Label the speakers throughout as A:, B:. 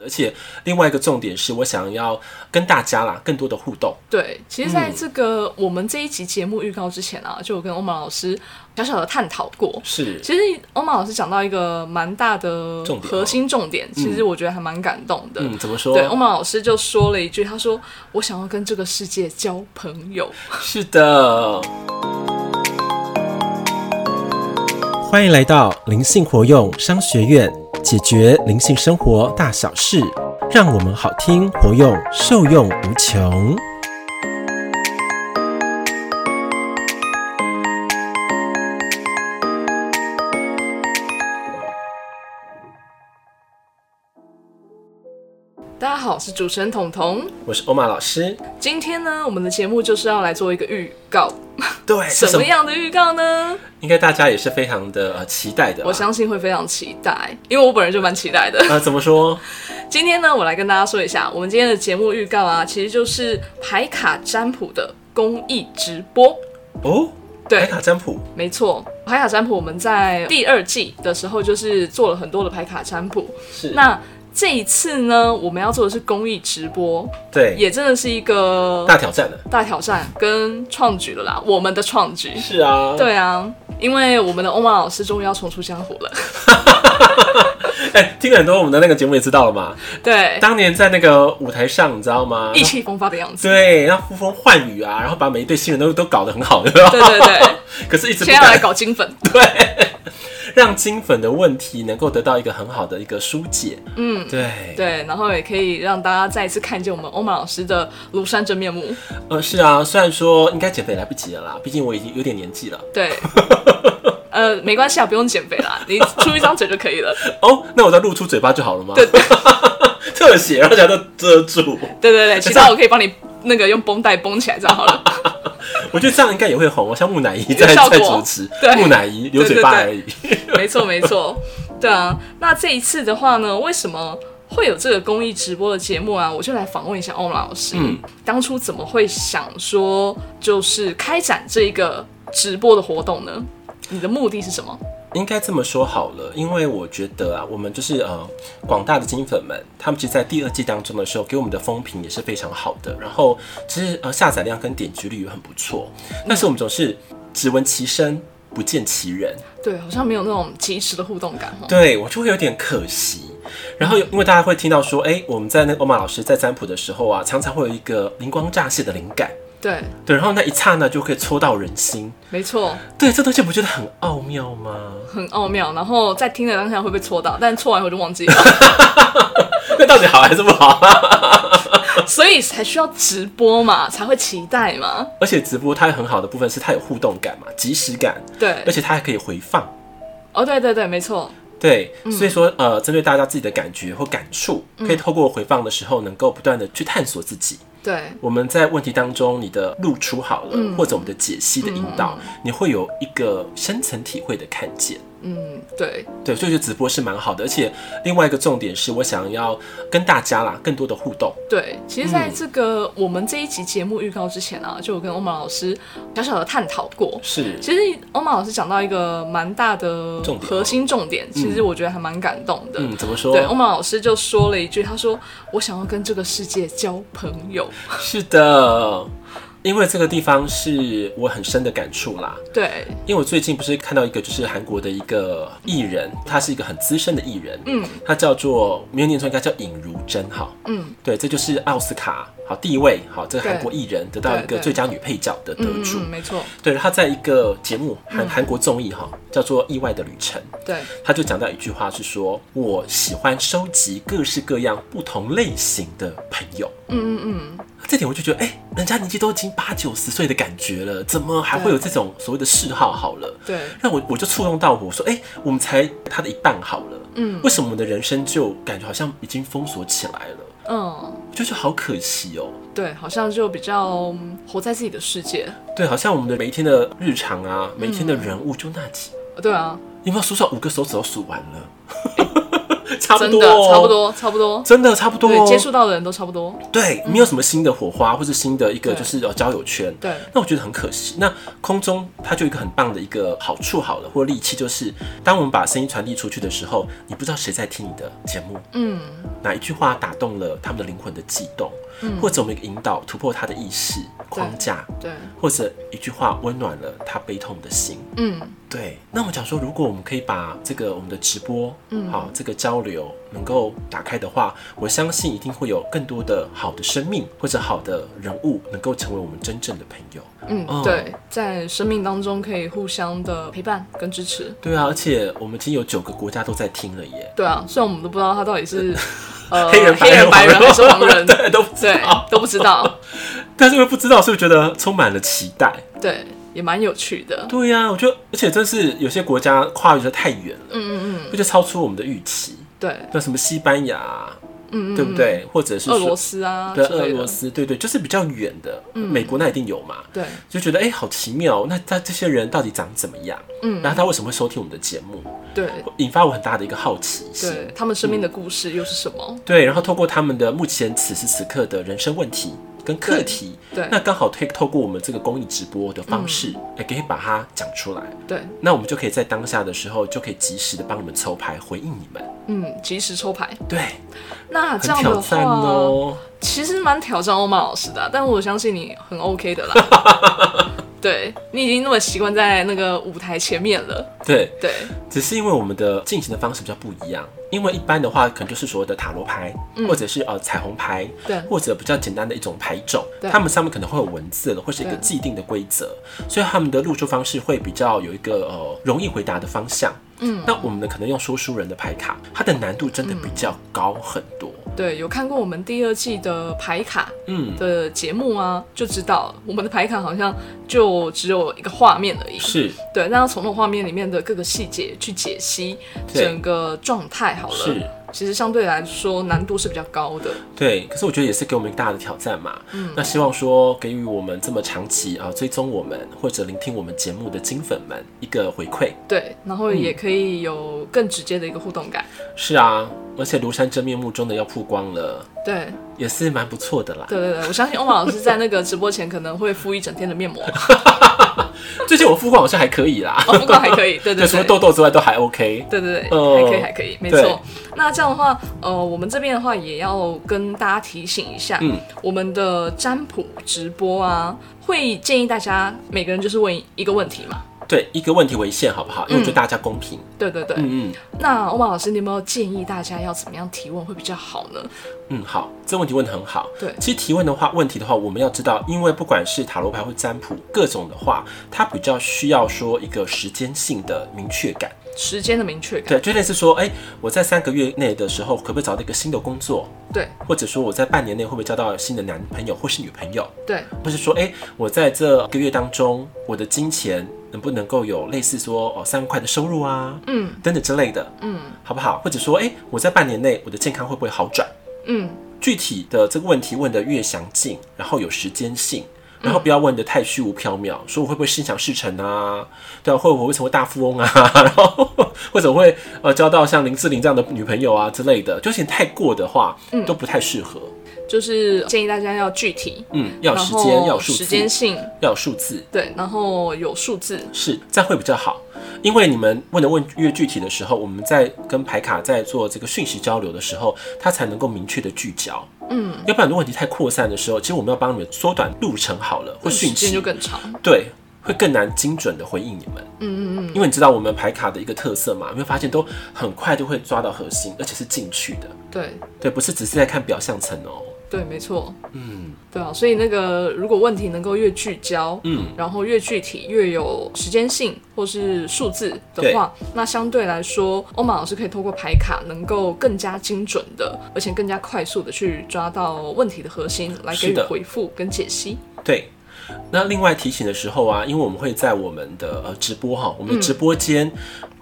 A: 而且另外一个重点是我想要跟大家啦更多的互动。
B: 对，其实在这个
A: 嗯
B: 我们这一集节目预告之前啊，就有跟欧曼老师小小的探讨过。
A: 是，
B: 其实欧曼老师讲到一个蛮大的
A: 重点哦
B: 核心重点，其实我觉得还蛮感动的。
A: 嗯，怎么说？
B: 对，欧曼老师就说了一句，他说：“我想要跟这个世界交朋友。
A: 是的。欢迎来到灵性活用商学院，解决灵性生活大小事，让我们好听活用，受用无穷。
B: 大家好，我是主持人彤彤。
A: 我是欧玛老师，
B: 今天呢，我们的节目就是要来做一个预告，
A: 对，
B: 什么？样的预告呢？
A: 应该大家也是非常的呃期待的吧。
B: 我相信会非常期待，因为我本人就蛮期待的。
A: 呃，怎么说？
B: 今天呢，我来跟大家说一下，我们今天的节目预告啊，其实就是牌卡占卜的公益直播。
A: 哦，
B: 对
A: 牌卡占卜，
B: 没错，牌卡占卜我们在第二季的时候就是做了很多的牌卡占卜。
A: 是
B: 那这一次呢，我们要做的是公益直播，
A: 对
B: 也真的是一个
A: 大挑战了。
B: 大挑战跟创举了啦，我们的创举。
A: 是啊，，
B: 对啊，因为我们的欧玛老师终于要重出江湖了。
A: 哎、听了很多我们的那个节目也知道了嘛。
B: 对，
A: 当年在那个舞台上，你知道吗？
B: 意气风发的样子。
A: 对，然后呼风唤雨啊，然后把每一对新人都都搞得很好，对吧？
B: 对 对对，
A: 可是一直不
B: 现在要来
A: 敢
B: 搞金粉。
A: 对，让金粉的问题能够得到一个很好的一个疏解。嗯，对，
B: 对，然后也可以让大家再一次看见我们欧玛老师的庐山真面目。
A: 呃，是啊，虽然说应该减肥来不及了啦，毕竟我已经有点年纪了。
B: 对，呃，没关系啊，不用减肥啦，你出一张嘴就可以了。
A: 哦，那我再露出嘴巴就好了吗？
B: 对，
A: 特写，然后大家都遮住。
B: 对对对，其他我可以帮你那个用绷带绷起来，这样好了。
A: 我觉得这样应该也会红哦，像木乃伊在
B: 有效
A: 在
B: 果
A: 主持，
B: 对
A: 木乃伊留嘴巴而已。
B: 没错没错，对啊。那这一次的话呢，为什么会有这个公益直播的节目啊？我就来访问一下欧玛老师，
A: 嗯，
B: 当初怎么会想说就是开展这一个直播的活动呢？你的目的是什么？
A: 应该这么说好了，因为我觉得啊，我们就是呃广大的金粉们，他们其实，在第二季当中的时候，给我们的风评也是非常好的，然后其实呃下载量跟点击率也很不错，但是我们总是只闻其声不见其人，
B: 对，好像没有那种及时的互动感哦。
A: 对我就会有点可惜。然后有，因为大家会听到说，哎、我们在那个欧玛老师在占卜的时候啊，常常会有一个灵光乍现的灵感，
B: 对，
A: 对，然后那一刹那就可以戳到人心，
B: 没错，
A: 对，这东西不觉得很奥妙吗？
B: 很奥妙。然后在听的当下会被戳到，但戳完以后就忘记了，
A: 那到底好还是不好？
B: 所以才需要直播嘛，才会期待嘛。
A: 而且直播它很好的部分是它有互动感嘛，即时感，
B: 对
A: 而，且它还可以回放。
B: 哦，对对对，没错，
A: 对，
B: 嗯
A: 所以说呃，针对大家自己的感觉或感触，可以透过回放的时候，能够不断的去探索自己。
B: 对，
A: 我们在问题当中，你的露出好
B: 嗯
A: 了，或者我们的解析的引导，你会有一个深层体会的看见。
B: 嗯，对，
A: 对，所以我觉得直播是蛮好的，而且另外一个重点是我想要跟大家啦更多的互动。
B: 对，其实在这个我们这一集节目预告之前啊，就有跟欧玛老师小小的探讨过。
A: 是，
B: 其实欧玛老师讲到一个蛮大的
A: 重点哦
B: 核心重点，其实我觉得还蛮感动的。
A: 嗯，怎么说？
B: 对，欧玛老师就说了一句，他说：“我想要跟这个世界交朋友。
A: 是的，因为这个地方是我很深的感触啦。”
B: 对，
A: 因为我最近不是看到一个就是韩国的一个艺人，他是一个很资深的艺人，嗯，他叫做没有念错，应该叫尹如珍哈，
B: 嗯，
A: 对，这就是奥斯卡好第一位好这个韩国艺人得到一
B: 对
A: 个
B: 对
A: 最佳女配角的得
B: 嗯
A: 主，
B: 嗯，没错，
A: 对，他在一个节目韩韩国综艺哈叫做《意外的旅程》，
B: 对，
A: 他就讲到一句话是说，我喜欢收集各式各样不同类型的朋友。
B: 嗯嗯嗯，
A: 这点我就觉得，哎、人家年纪都已经八九十岁的感觉了，怎么还会有这种所谓的嗜好？好了，
B: 对，
A: 那我我就触动到我说，哎、我们才他的一半好了，嗯，为什么我们的人生就感觉好像已经封锁起来了？
B: 嗯，
A: 我就觉得好可惜哦。
B: 对，好像就比较嗯活在自己的世界。
A: 对，好像我们的每一天的日常啊，
B: 嗯
A: 每一天的人物就那几，
B: 对啊，
A: 有没有数数五个手指都数完了？ 差不
B: 真
A: 多
B: 的
A: 哦，
B: 差不多，差不多。
A: 真的差不多、
B: 对，
A: 哦。
B: 接触到的人都差不多。
A: 对你有什么新的火花，或是新的一个
B: 对
A: 就是呃交友圈？
B: 对
A: 那我觉得很可惜。那空中它就有一个很棒的一个好处，好了，或利器，就是当我们把声音传递出去的时候，你不知道谁在听你的节目，
B: 嗯，
A: 哪一句话打动了他们的灵魂的悸动，或者我们一个引导突破他的意识框架，
B: 对，
A: 或者一句话温暖了他悲痛的心。
B: 嗯，
A: 对，那我讲说，如果我们可以把这个我们的直播，嗯，好，这个交流能够打开的话，我相信一定会有更多的好的生命或者好的人物能够成为我们真正的朋友。
B: 嗯，
A: 哦
B: 对，在生命当中可以互相的陪伴跟支持。
A: 对啊，而且我们已经有九个国家都在听了耶，
B: 对啊，虽然我们都不知道他到 底是呃
A: 黑人、
B: 黑人、
A: 白
B: 白人还是黄 人，
A: 对，都不知
B: 对
A: 道，
B: 都不知道，
A: 但是又不知道，所以觉得充满了期待。
B: 对，也蛮有趣的。
A: 对啊呀、我觉得，而且真是有些国家跨越的太远了，
B: 嗯嗯嗯，
A: 而且超出我们的预期。
B: 对，
A: 那什么西班牙啊，
B: 嗯嗯，
A: 对不对？或者是
B: 俄罗
A: 斯，
B: 斯啊之
A: 对
B: 类的，嗯
A: 俄罗斯，对对，就是比较远的。美国那一定有嘛，
B: 对，
A: 就觉得哎、好奇妙，那他这些人到底长怎么样？
B: 嗯
A: 然后他为什么会收听我们的节目？
B: 对
A: 引发我很大的一个好奇心。
B: 对，他们生
A: 嗯
B: 命的故事又是什么？
A: 对，然后透过他们的目前此时此刻的人生问题跟课
B: 对
A: 题，
B: 对嗯
A: 那刚好推透过我们这个公益直播的方式，也、可以把它讲出来。
B: 对，
A: 那我们就可以在当下的时候，就可以及时的帮你们抽牌回应你们。
B: 嗯，及时抽牌。
A: 对，很
B: 那啊这样的
A: 挑战
B: 话，
A: 哦、
B: 其实蛮挑战欧曼老师的啊、但我相信你 很 OK 的啦。对你已经那么习惯在那个舞台前面了，
A: 对，
B: 对
A: 只是因为我们的进行的方式比较不一样。因为一般的话，可能就是所谓的塔罗牌，
B: 嗯
A: 或者是呃彩虹牌，
B: 对
A: 或者比较简单的一种牌种，
B: 对
A: 他们上面可能会有文字了，或是一个
B: 对
A: 既定的规则，所以他们的路数方式会比较有一个呃容易回答的方向。嗯，那我们呢可能用说书人的牌卡，它的难度真的比较高很多。
B: 对，有看过我们第二季的牌卡
A: 嗯，
B: 的节目啊，就知道我们的牌卡好像就只有一个画面而已。
A: 是
B: 对，那要从那个画面里面的各个细节去解析
A: 对
B: 整个状态好了。
A: 是，
B: 其实相对来说难度是比较高的。
A: 对，可是我觉得也是给我们一个大的挑战嘛。嗯，那希望说给予我们这么长期啊、追踪我们或者聆听我们节目的金粉们一个回馈。
B: 对，然后也可以有更直接的一个互动感。
A: 是啊，而且庐山真面目真的要曝光了，
B: 对，
A: 也是蛮不错的啦。
B: 对对对，我相信欧玛老师在那个直播前可能会敷一整天 的面膜，啊
A: 最近我敷光好像还可以啦，
B: 哦，不过还可以，对
A: 就
B: 对
A: 除了
B: 对，
A: 痘痘之外都还 OK。
B: 对对对，
A: 呃
B: 还可以还可以，没
A: 对
B: 错。那这样的话，呃，我们这边的话也要跟大家提醒一下，
A: 嗯
B: 我们的占卜直播啊，会建议大家每个人就是问一个问题嘛。
A: 对，一个问题为限，好不好？因为我觉得大家公平。
B: 对对对，
A: 嗯嗯嗯
B: 那欧玛老师，你有没有建议大家要怎么样提问会比较好呢？
A: 嗯，好，这问题问得很好。
B: 对
A: 其实提问的话，问题的话，我们要知道，因为不管是塔罗牌或占卜各种的话，它比较需要说一个时间性的明确感。
B: 时间的明确感，
A: 对，就类似说，哎、我在三个月内的时候，可不可以找到一个新的工作？
B: 对
A: 或者说我在半年内会不会交到新的男朋友或是女朋友？
B: 对
A: 或是说，哎、我在这个月当中，我的金钱能不能够有类似说哦三万块的收入啊，
B: 嗯，
A: 等等之类的，
B: 嗯，
A: 好不好？或者说，哎、我在半年内我的健康会不会好转？
B: 嗯，
A: 具体的这个问题问得越详尽，然后有时间性。
B: 嗯
A: 然后不要问得太虚无缥缈，说我会不会心想事成啊？对啊，会不会成为大富翁啊？ 然后或者会呃交到像林志玲这样的女朋友啊之类的，就有点太过的话，
B: 嗯
A: 都不太适合。
B: 就是建议大家要具体，
A: 嗯，要有
B: 然
A: 时间，要有
B: 后
A: 数
B: 时
A: 字
B: 间，性，
A: 要有数字。
B: 对，然后有数字，
A: 是，这样会比较好，因为你们问的问越具体的时候，我们在跟牌卡在做这个讯息交流的时候，它才能够明确的聚焦。嗯，要不然如果问题太扩散的时候，其实我们要帮你们缩短路程好了，或
B: 时
A: 讯
B: 间
A: 息
B: 就更长。
A: 对，会更难精准的回应你们。嗯嗯嗯，因为你知道我们牌卡的一个特色嘛，你会发现都很快就会抓到核心，而且是进去的，
B: 对
A: 对，不是只是在看表象层哦。
B: 对，没错，
A: 嗯，
B: 对啊。所以那个如果问题能够越聚焦，
A: 嗯，
B: 然后越具体，越有时间性或是数字的话，那相对来说，欧玛老师可以通过牌卡能够更加精准的，而且更加快速的去抓到问题的核心，来
A: 是
B: 给予
A: 的
B: 回复跟解析。
A: 对。那另外提醒的时候啊，因为我们会在我们的呃直播哈，我们的直播间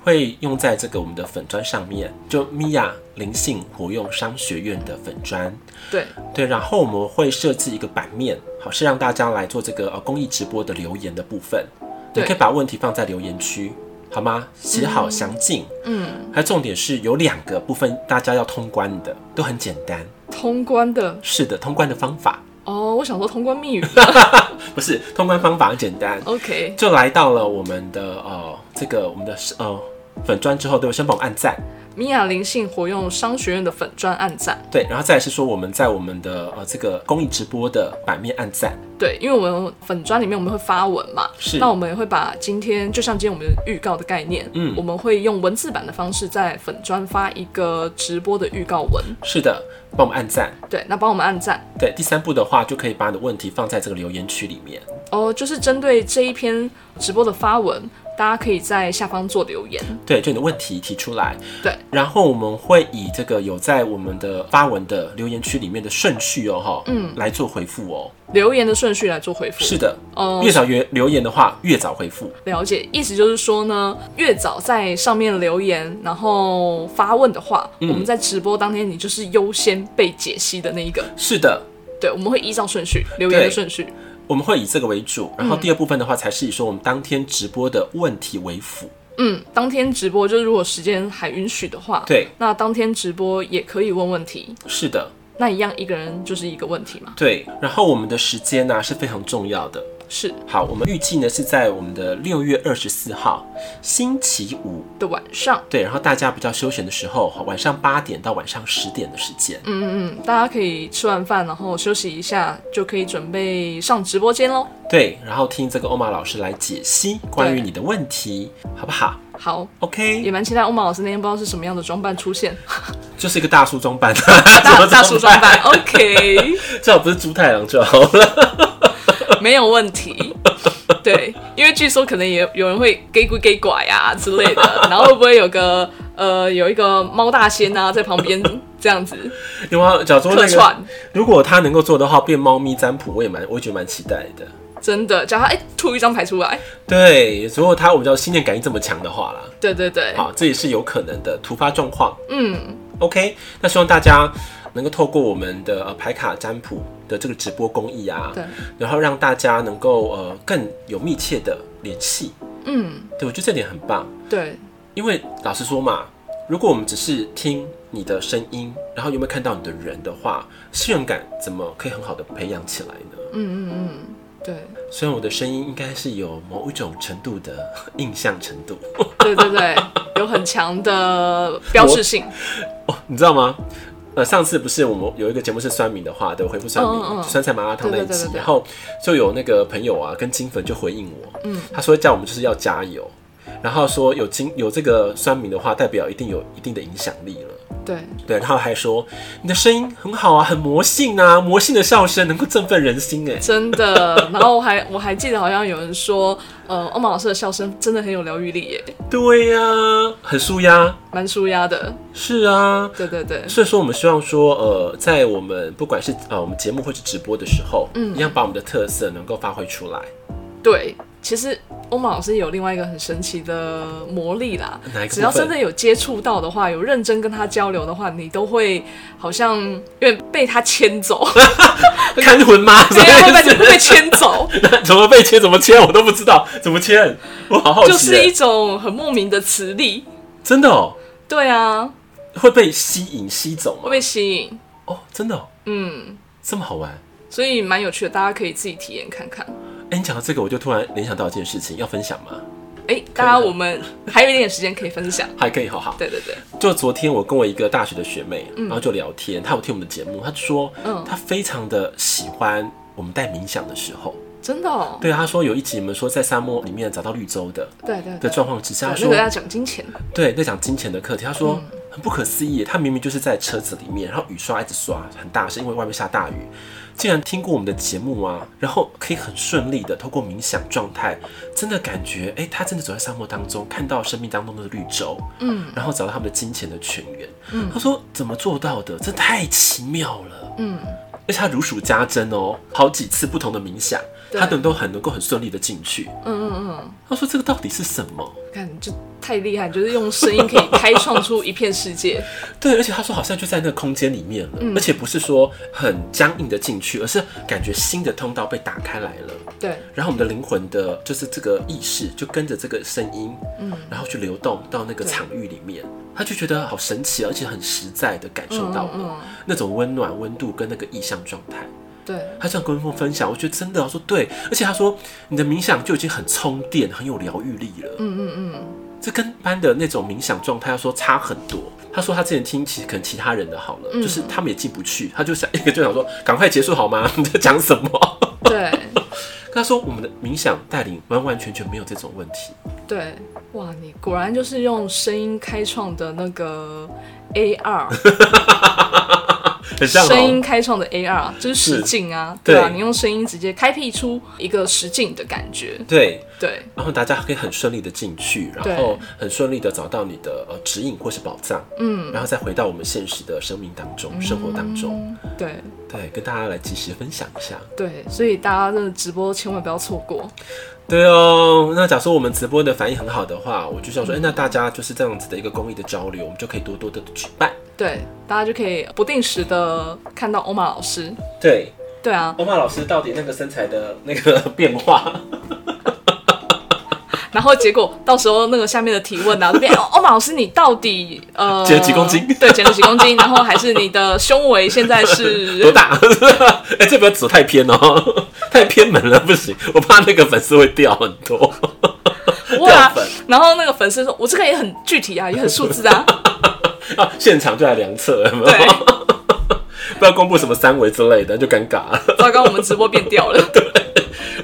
A: 会用在这个我们的粉砖上面，就米娅灵性活用商学院的粉砖。
B: 对
A: 对，然后我们会设置一个版面，好是让大家来做这个呃公益直播的留言的部分。你
B: 对
A: 可以把问题放在留言区，好吗？写好详尽。
B: 嗯，
A: 还有重点是有两个部分大家要通关的，都很简单。
B: 通关的
A: 是的，通关的方法
B: 哦，我想说通关密语。
A: 不是通关方法很简单，
B: OK，
A: 就来到了我们的呃这个我们的呃粉砖之后，对，先帮我按赞。
B: 米娅灵性活用商学院的粉砖暗赞，
A: 对，然后再来是说我们在我们的呃这个公益直播的版面按赞，
B: 对，因为我们粉砖里面我们会发文嘛，
A: 是
B: 那我们也会把今天就像今天我们预告的概念，
A: 嗯
B: 我们会用文字版的方式在粉砖发一个直播的预告文，
A: 是的，帮我们按赞。
B: 对，那帮我们按赞。
A: 对，第三步的话就可以把你的问题放在这个留言区里面。
B: 哦，就是针对这一篇直播的发文，大家可以在下方做留言。
A: 对，就你的问题提出来，
B: 对，
A: 然后我们会以这个有在我们的发文的留言区里面的顺序哦，哈，嗯，来做回复哦。
B: 留言的顺序来做回复。
A: 是的，
B: 哦
A: 越早留留言的话，越早回复。
B: 了解，意思就是说呢，越早在上面留言，然后发问的话，
A: 嗯
B: 我们在直播当天你就是优先被解析的那一个。
A: 是的，
B: 对，我们会依照顺序留言的
A: 对
B: 顺序。
A: 我们会以这个为主，然后第二部分的话才是以说我们当天直播的问题为辅。
B: 嗯，当天直播就是如果时间还允许的话，，
A: 对，
B: 那当天直播也可以问问题。
A: 是的，
B: 那一样一个人就是一个问题嘛？
A: 对。然后我们的时间呢、是非常重要的。
B: 是
A: 好，我们预计呢是在我们的六月二十四号星期五，
B: 的晚上，
A: 对，然后大家比较休闲的时候，晚上八点到晚上十点的时间。
B: 嗯嗯，嗯，大家可以吃完饭然后休息一下，就可以准备上直播间喽。
A: 对，然后听这个欧玛老师来解析关于
B: 对
A: 你的问题，好不好
B: 好，也
A: ？OK，
B: 蛮期待欧玛老师那天不知道是什么样的装扮 出现，
A: 就是一个大叔装扮，怎
B: 大
A: 么
B: 大 叔装扮，OK，
A: 最好不是猪太郎就好了。
B: 没有问题。对，因为据说可能也有人会 gay 鬼 gay 拐啊之类的，然后会不会有个呃有一个猫大仙啊在旁边这样子
A: 因为假如说
B: 客
A: 哦那个，
B: 串？
A: 如果他能够做的话，变猫咪占卜，我也蛮，我也觉得蛮期待的。
B: 真的叫他哎吐一张牌出来，
A: 对，如果他我们叫心电感应这么强的话啦，
B: 对对对，
A: 好，这也是有可能的突发状况。
B: 嗯，
A: OK，那希望大家能够透过我们的呃牌卡占卜的这个直播公益啊，
B: 对，
A: 然后让大家能够呃更有密切的联系。
B: 嗯，
A: 对我觉得这点很棒，
B: 对，
A: 因为老实说嘛，如果我们只是听你的声音，然后有没有看到你的人的话，信任感怎么可以很好的培养起来呢？
B: 嗯嗯嗯，对。
A: 虽然我的声音应该是有某一种程度的印象程度，
B: 对对 对，有很强的标志性。
A: 哦，你知道吗？呃，上次不是我们有一个节目是酸民的话，对，回复酸民，
B: 嗯嗯嗯
A: 酸菜麻辣烫那一集，
B: 对对对对对
A: 然后就有那个朋友啊跟金粉就回应我，嗯，他说叫我们就是要加油，然后说有金有这个酸民的话，代表一定有一定的影响力了。
B: 对，
A: 对，然后还说你的声音很好啊，很魔性啊，魔性的笑声能够振奋人心哎。
B: 真的。然后我还我还记得好像有人说，呃，欧玛老师的笑声真的很有疗愈力耶，
A: 对呀、很舒压。
B: 蛮舒压的。
A: 是啊，
B: 对对对，
A: 所以说我们希望说，呃，在我们不管是呃我们节目或是直播的时候，嗯，一样把我们的特色能够发挥出 来。
B: 对。其实欧玛老师有另外一个很神奇的魔力啦
A: 哪一个部分，
B: 只要真的有接触到的话，有认真跟他交流的话，你都会好像有点被他 牵走，
A: 看魂吗？
B: 对，啊会被
A: 什么意思
B: 被牵走，
A: 怎么被切？怎么切？我都不知道怎么切，我好好奇欸。
B: 就是一种很莫名的磁力。
A: 真的哦，
B: 对啊，
A: 会被吸引吸走
B: 会
A: 吗？
B: 被吸引。
A: 哦，真的、哦，
B: 嗯，
A: 这么好玩。
B: 所以蛮有趣的，大家可以自己体验看看。
A: 哎、你讲到这个，我就突然联想到一件事情，要分享吗？
B: 哎、大家我们还有一点时间可以分享。
A: 还可以，好好。
B: 对对对，
A: 就昨天我跟我一个大学的学妹，然后就聊天，她有听我们的节目，她就说，
B: 嗯
A: 她非常的喜欢我们带冥想的时候，
B: 真的哦、
A: 对，她说有一集你们说在沙漠里面找到绿洲的
B: 对对
A: 的
B: 对，
A: 状况之下，她
B: 对哦那
A: 说
B: 个要讲金钱，
A: 对，在讲金钱的课题，她说。
B: 嗯
A: 很不可思议，她明明就是在车子里面，然后雨刷一直刷很大声，因为外面下大雨，竟然听过我们的节目啊，然后可以很顺利的透过冥想状态，真的感觉，哎、她真的走在沙漠当中，看到生命当中的绿洲，
B: 嗯
A: 然后找到他们的金钱的泉源。他说怎么做到的？这太奇妙了，
B: 嗯，
A: 而且他如数家珍哦，好几次不同的冥想，
B: 对
A: 他们都很能够很顺利的进去。
B: 嗯嗯嗯，
A: 他说这个到底是什么？
B: 看这太厉害，就是用声音可以开创出一片世 界。
A: 对，而且他说好像就在那个空间里面
B: 嗯
A: 了，而且不是说很僵硬的进去，而是感觉新的通道被打开来了。
B: 对，
A: 然后我们的灵魂的，就是这个意识，就跟着这个声音，嗯，然后去流动到那个场域里面，他就觉得好神奇，而且很实在的感受到了、
B: 嗯嗯
A: 那种温暖、温度跟那个意象状态。
B: 对，
A: 他这样跟我分享，我觉得真的，我说对，而且他说你的冥想就已经很充电，很有疗愈力了。嗯嗯嗯，这跟班的那种冥想状态，他说差很多。他说他之前听其可能其他人的好了，就是他们也进不去，他就想一个就想说赶快结束好吗？你 在讲什么？
B: 对，
A: 他说我们的冥想带领完完全全没有这种问题。
B: 对，哇，你果然就是用声音开创的那个 AR，
A: 很像
B: 声
A: 哦
B: 音，开创的 AR 就是实
A: 是
B: 境啊，对啊，
A: 对
B: 你用声音直接开辟出一个实境的感觉，
A: 对，
B: 对，
A: 然后大家可以很顺利的进去，然后很顺利的找到你的呃指引或是宝藏，嗯，然后再回到我们现实的生命当中、生活当中，
B: 嗯对
A: 对，跟大家来及时分享一下。
B: 对，所以大家真的直播千万不要错过，
A: 对哦，那假如说我们直播的反应很好的话，我就想说，哎、那大家就是这样子的一个公益的交流，我们就可以多多的举办。
B: 对，大家就可以不定时的看到欧玛老师，
A: 对，
B: 对啊，
A: 欧玛老师到底那个身材的那个 变化，
B: 然后结果到时候那个下面的提问 啊，这边哦欧玛老师你到底呃
A: 减了几公斤
B: 对，减了几公斤，然后还是你的胸围现 在是
A: 多大？哎、这不要走太偏哦， 太偏门了，不行，我怕那个粉丝会掉很多。
B: 哇，
A: 掉粉
B: 然后那个粉丝说：“我这个也很具体啊，也很数字啊。
A: 啊，现场就来量测，有”没有
B: 对，
A: 不要公布什么三围之类的，就尴尬了。
B: 糟糕，我们直播变掉了。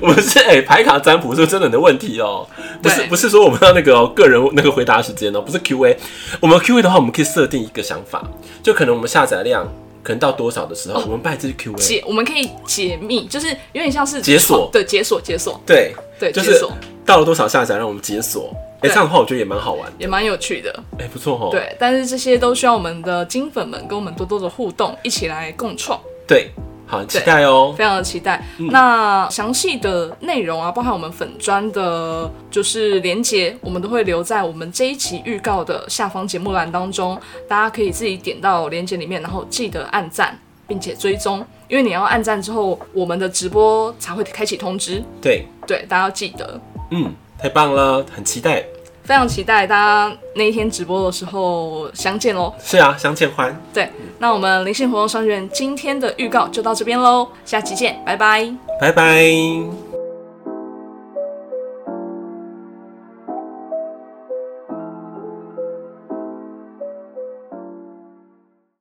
A: 我们是哎、牌卡占卜是真的的问题哦、不是
B: 对
A: 不是说我们要那个、哦个人那个回答时间哦、不是 Q A。我们 Q A 的话，我们可以设定一个想法，就可能我们下载量可能到多少的时候，我们办一次 Q A
B: 哦解，我们可以解密，就是有点像是哦
A: 解锁
B: 对，解锁，解锁，
A: 对
B: 对
A: 就
B: 解
A: 是
B: 锁
A: 到了多少下载让我们解锁。哎、
B: 对
A: 这样的话我觉得也蛮好玩的，
B: 也蛮有趣的。
A: 哎、不错哦、
B: 对，但是这些都需要我们的金粉们跟我们多多的互动，一起来共创，
A: 对，好很期待哦、
B: 非常的期待。那详细的内容啊，包含我们粉砖的，就是连接，我们都会留在我们这一期预告的下方节目栏当中，大家可以自己点到连接里面，然后记得按赞。并且追踪，因为你要按赞之后，我们的直播才会开启通知。
A: 对，
B: 对，大家要记得，
A: 嗯，太棒了，很期待。
B: 非常期待大家那一天直播的时候相见喽。
A: 是啊，相见欢，
B: 对，那我们灵性活动商学院今天的预告就到这边喽，下期见，拜拜。
A: 拜拜。